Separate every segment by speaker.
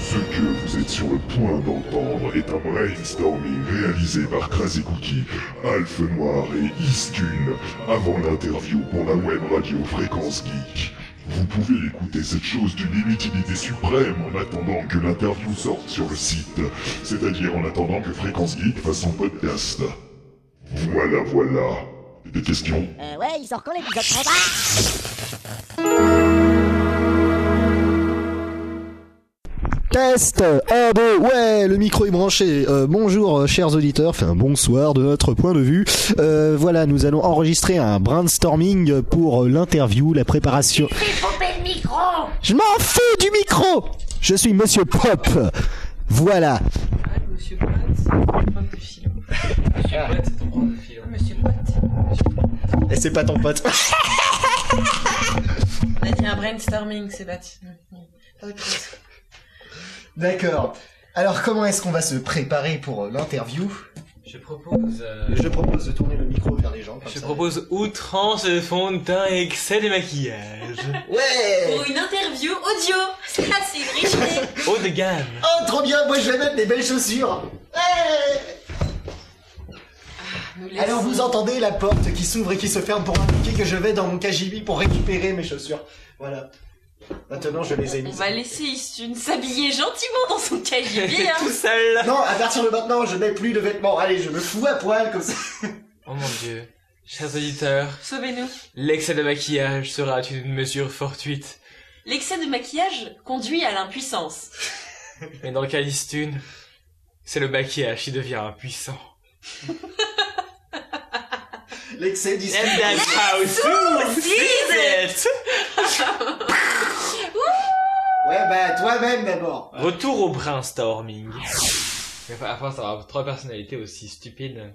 Speaker 1: Ce que vous êtes sur le point d'entendre est un brainstorming réalisé par Crazy Cookie, Alphe Noir et Istune avant l'interview pour la web radio Fréquence Geek. Vous pouvez écouter cette chose d'une inutilité suprême en attendant que l'interview sorte sur le site, c'est-à-dire en attendant que Fréquence Geek fasse son podcast. Voilà, voilà. Des questions
Speaker 2: Euh, ouais, il sort quand l'épisode 30
Speaker 3: Test 1, 2, ouais, le micro est branché. Euh, bonjour euh, chers auditeurs, enfin bonsoir de notre point de vue. Euh, voilà, nous allons enregistrer un brainstorming pour euh, l'interview, la préparation. Je m'en fous du micro Je suis Monsieur Pop Voilà.
Speaker 4: Monsieur Pote, c'est ton prof de philo. Monsieur Pote, c'est ton prof de philo. Monsieur Pote.
Speaker 3: Et c'est pas ton pote.
Speaker 4: On a dit un brainstorming, Sébastien. Pas autre chose.
Speaker 3: D'accord. Alors comment est-ce qu'on va se préparer pour euh, l'interview
Speaker 4: Je propose. euh,
Speaker 3: Je propose de tourner le micro vers les gens. comme
Speaker 4: Je
Speaker 3: ça.
Speaker 4: propose outrance de fond de teint et excès de maquillage.
Speaker 3: Ouais
Speaker 5: Pour une interview audio Ça c'est une riche idée
Speaker 4: Haut de gamme.
Speaker 3: Oh trop bien, moi je vais mettre des belles chaussures Ouais
Speaker 4: Nous
Speaker 3: Alors vous entendez la porte qui s'ouvre et qui se ferme pour indiquer que je vais dans mon KGB pour récupérer mes chaussures. Voilà. Maintenant je les ai
Speaker 5: On
Speaker 3: mises.
Speaker 5: va laisser Istune s'habiller gentiment dans son
Speaker 4: fait
Speaker 5: KGB
Speaker 4: tout
Speaker 5: hein.
Speaker 4: seul.
Speaker 3: Non, à partir de maintenant je n'ai plus de vêtements. Allez, je me fous à poil comme ça.
Speaker 4: Oh mon dieu. Chers auditeurs,
Speaker 5: Sauvez-nous
Speaker 4: l'excès de maquillage sera une mesure fortuite.
Speaker 5: L'excès de maquillage conduit à l'impuissance.
Speaker 4: Mais dans le cas d'Istune, c'est le maquillage qui devient impuissant.
Speaker 3: L'excès d'ici.
Speaker 4: And that's how Sue sees it.
Speaker 3: Ouais, bah toi-même d'abord.
Speaker 4: Retour au brainstorming. Mais enfin, à force d'avoir trois personnalités aussi stupides,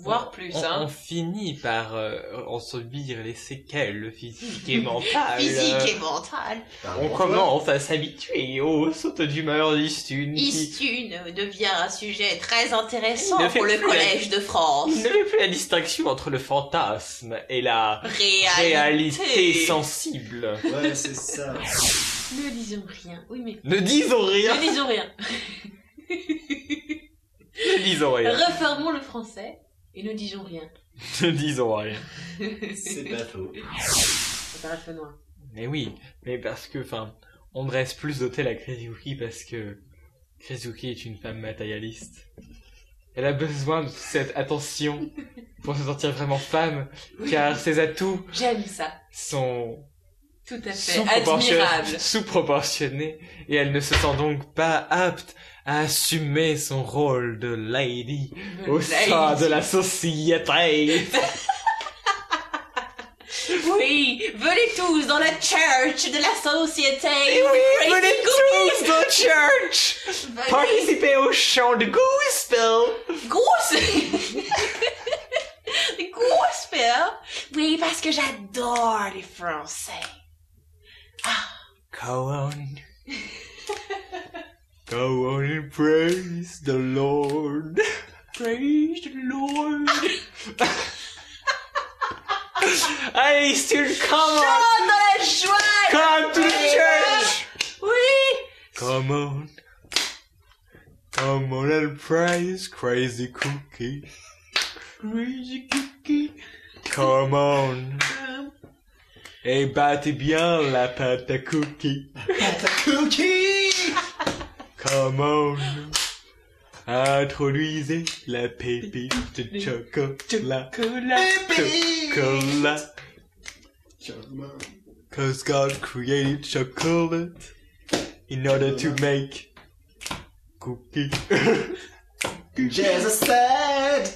Speaker 5: Voire plus,
Speaker 4: on, on
Speaker 5: hein.
Speaker 4: finit par euh, en subir les séquelles physiques et mentales.
Speaker 5: Physique et mentale.
Speaker 4: On commence à s'habituer aux sautes d'humeur d'Istune qui
Speaker 5: Istune devient un sujet très intéressant
Speaker 4: Il ne fait
Speaker 5: pour le
Speaker 4: plus
Speaker 5: Collège de France.
Speaker 4: il ne fait plus la distinction entre le fantasme et la
Speaker 5: Réalité.
Speaker 4: réalité sensible.
Speaker 3: Ouais, c'est ça.
Speaker 5: Ne disons rien. Oui, mais...
Speaker 4: Ne disons rien,
Speaker 5: Ne disons rien.
Speaker 4: ne disons rien,
Speaker 5: Reformons le français et ne disons rien.
Speaker 4: ne disons rien.
Speaker 3: C'est pas faux.
Speaker 5: C'est un feu noir.
Speaker 4: Mais oui, mais parce que, enfin, on dresse plus d'hôtel à Krisuki parce que Krisuki est une femme matérialiste. Elle a besoin de cette attention pour se sentir vraiment femme, car ses atouts
Speaker 5: J'aime ça.
Speaker 4: sont
Speaker 5: Tout à fait.
Speaker 4: sous-proportionnés,
Speaker 5: Admirable.
Speaker 4: sous-proportionnés, et elle ne se sent donc pas apte à assumer son rôle de lady au sein de la société.
Speaker 5: Oui, venez tous dans la church de la société.
Speaker 4: Et Eh oui,
Speaker 5: Crazy
Speaker 4: venez
Speaker 5: Cookies.
Speaker 4: tous au church!
Speaker 5: Venez.
Speaker 4: Participez au chant de gospel!
Speaker 5: Gospel. Gospel. Oui, parce que j'adore les Français.
Speaker 4: Go on. Go on and praise the Lord. Praise the Lord. Allez, still come
Speaker 5: Chante
Speaker 4: on.
Speaker 5: Oh, dans la joie.
Speaker 4: Come to the church.
Speaker 5: Oui.
Speaker 4: Come on. Come on and praise Crazy Cookie. Crazy Cookie. Come on. Et battez bien la pâte à cookie.
Speaker 3: Cookie
Speaker 4: Come on. Introduisez la pépite de chocolat. Chocolat. Cause God created chocolate in order to make cookie.
Speaker 3: Jesus said,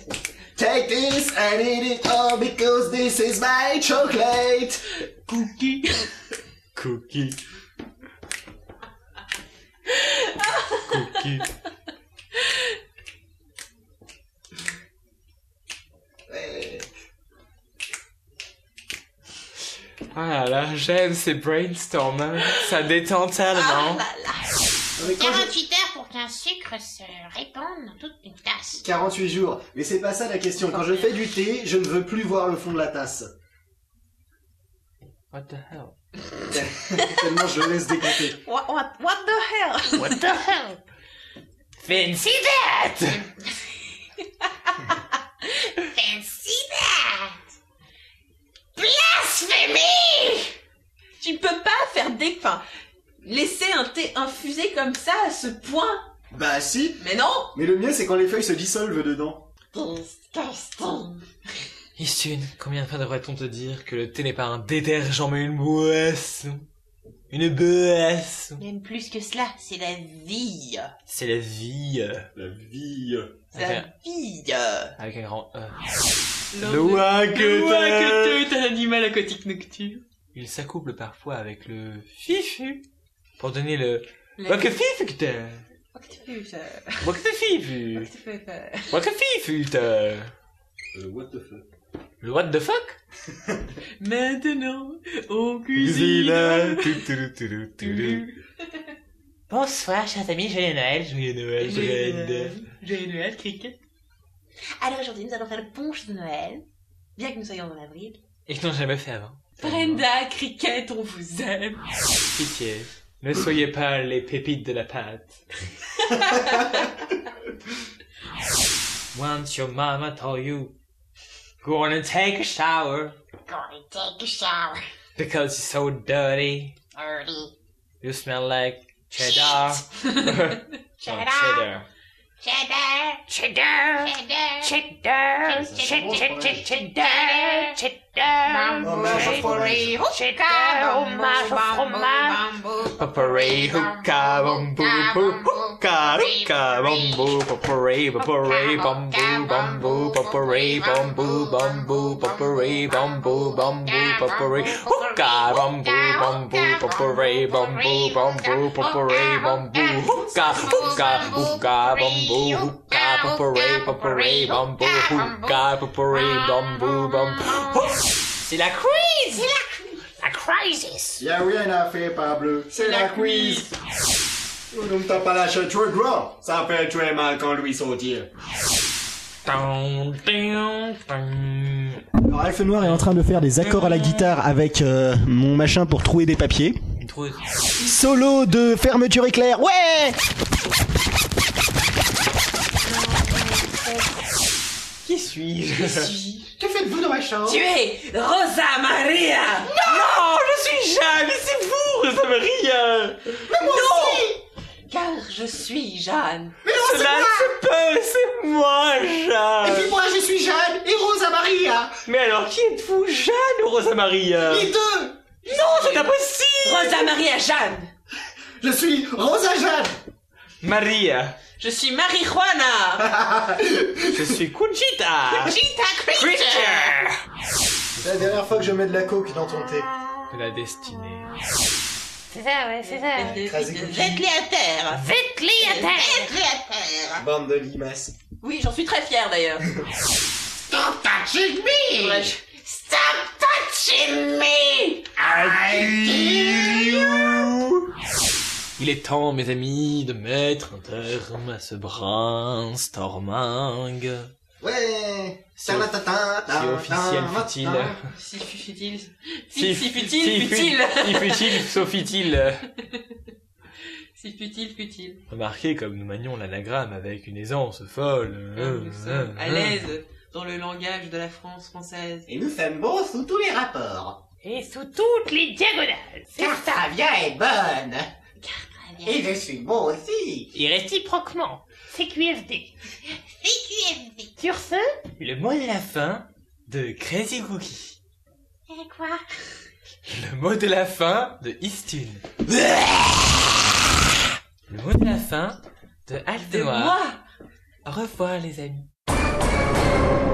Speaker 3: take this and eat it all because this is my chocolate.
Speaker 4: cookie. Cookie. Cookie.
Speaker 3: Ouais.
Speaker 4: Ah là là, j'aime ces brainstormers. Ça détend
Speaker 5: Ah
Speaker 4: tellement.
Speaker 3: Non, mais quand je-
Speaker 6: 48 heures pour qu'un sucre se répande dans toute une tasse.
Speaker 3: 48 jours. Mais c'est pas ça la question. Quand je fais du thé, je ne veux plus voir le fond de la tasse.
Speaker 4: What the hell?
Speaker 2: Tellement je le laisse décompter.
Speaker 5: What, what, what the hell
Speaker 4: What the hell? Fancy that!
Speaker 6: Fancy that! Blasphemy!
Speaker 5: Tu peux pas faire des... Enfin, laisser un thé infusé comme ça à ce point
Speaker 2: Bah si
Speaker 5: Mais non
Speaker 2: Mais le mieux, c'est quand les feuilles se dissolvent dedans.
Speaker 4: Istune, combien de fois devrait-on te dire que le thé n'est pas un détergent mais une boisson Une boisson
Speaker 5: Même plus que cela, c'est la vie
Speaker 4: C'est la vie. euh,
Speaker 2: La vie.
Speaker 5: C'est la vie euh.
Speaker 4: Avec un grand E.
Speaker 2: Loin que
Speaker 4: est un animal aquatique nocturne. Il s'accouple parfois avec le fifu pour donner le...
Speaker 5: La-
Speaker 4: Waka fifu que t'es
Speaker 5: What the fuck, euh,
Speaker 4: Waka
Speaker 5: what
Speaker 4: fifu
Speaker 5: the fuck, euh.
Speaker 4: Waka fifu t'es
Speaker 2: Euh, what the fuck
Speaker 4: Le what the fuck
Speaker 5: Maintenant, on
Speaker 4: Bonsoir chers amis, joyeux Noël, joyeux Noël,
Speaker 5: Joyeux
Speaker 4: Noël.
Speaker 5: J'ai une Noël cricket. Alors aujourd'hui, nous allons faire le punch de Noël, bien que nous soyons en avril.
Speaker 4: Et que n'ont jamais fait avant.
Speaker 5: Brenda, cricket, on vous aime.
Speaker 4: Pitié, ne soyez pas les pépites de la pâte. Once your mama told you, go on and take a shower,
Speaker 6: Gonna take a shower.
Speaker 4: because you're so dirty,
Speaker 6: Early.
Speaker 4: you smell like cheddar.
Speaker 6: Cheddar.
Speaker 4: cheddar.
Speaker 6: Cheddar.
Speaker 7: Cheddar,
Speaker 6: Cheddar.
Speaker 7: cheddar,
Speaker 6: Cheddar.
Speaker 7: cheddar, cheddar, cheddar.
Speaker 2: Fromage au fromage.
Speaker 7: Cheddar, hommage au fromage.
Speaker 4: Paparé, hookah, bambou, hookah, hookah, bambou, paparé, paparé, bambou, bambou, paparé, bambou, bambou, paparé, bambou, bambou, paparé, hookah, bambou, bambou, paparé, bambou, bambou, paparé, bambou, hookah, hookah, hookah, bambou, hookah, paparé, paparé, bambou, hookah, paparé, bambou, bambou. C'est la crise!
Speaker 7: La crisis.
Speaker 2: Y'a rien à faire, Pablo. C'est la quiz. Nous ne me tapons Oh, pas la chatte trop gros. Ça fait très mal quand Louis sautille.
Speaker 4: Tan, tan, tan.
Speaker 3: Alors Alpha Noir est en train de faire des accords à la guitare avec euh, mon machin pour trouver des papiers.
Speaker 4: Une trousse.
Speaker 3: Solo de fermeture éclair, ouais
Speaker 4: Qui suis-je
Speaker 2: Que faites-vous dans ma chambre
Speaker 5: Tu es Rosa Maria
Speaker 4: Non, je suis Jade, mais c'est vous, Rosa Maria
Speaker 5: Car je suis Jeanne.
Speaker 4: Cela ne se peut, c'est moi,
Speaker 2: Et
Speaker 4: Jade
Speaker 2: moi, je suis Jeanne et Rosa Maria.
Speaker 4: Mais alors, qui êtes-vous, Jade ou Rosa Maria
Speaker 2: Les deux.
Speaker 4: Non, c'est impossible
Speaker 5: Rosa Maria Jeanne
Speaker 2: Je suis Rosa Jeanne.
Speaker 4: Maria,
Speaker 5: Je suis Marijuana
Speaker 4: je suis Conchita
Speaker 5: Gita Creature
Speaker 4: Creature
Speaker 2: La dernière fois que je mets de la coke dans ton thé.
Speaker 4: De la destinée.
Speaker 7: C'est ça, ouais, c'est ça.
Speaker 2: Écrasé
Speaker 5: Vous
Speaker 2: cookie.
Speaker 5: êtes les à terre
Speaker 7: Vite, les attaques.
Speaker 2: Bande de limaces.
Speaker 5: Oui, j'en suis très fière d'ailleurs.
Speaker 6: Stop touching me!
Speaker 5: Ouais, je-
Speaker 6: Stop touching me!
Speaker 4: Il est temps, mes amis, de mettre un terme à ce brainstorming.
Speaker 2: Ouais.
Speaker 4: C'est c'est officiel, futile.
Speaker 5: Si futile.
Speaker 4: Si-
Speaker 5: Si, si futile,
Speaker 4: si fut-
Speaker 5: futile.
Speaker 4: Si futile, sauf futile.
Speaker 5: Si futile, futile.
Speaker 4: Remarquez comme nous manions l'anagramme avec une aisance folle.
Speaker 5: Ah,
Speaker 4: euh,
Speaker 5: Nous sommes à l'aise dans le langage de la France française.
Speaker 2: Et nous sommes bons sous tous les rapports.
Speaker 7: Et sous toutes les diagonales.
Speaker 2: Car ta vieille est bonne. Et je suis bon aussi.
Speaker 7: Et réciproquement. CQFD.
Speaker 6: CQFD.
Speaker 7: Sur ce,
Speaker 4: Le mot de la fin de Crazy Cookie.
Speaker 6: Et quoi?
Speaker 4: Le mot de la fin de Istune. Le mot de la fin de
Speaker 5: De
Speaker 4: Alpha
Speaker 5: moi
Speaker 4: Au revoir les amis.
Speaker 1: Au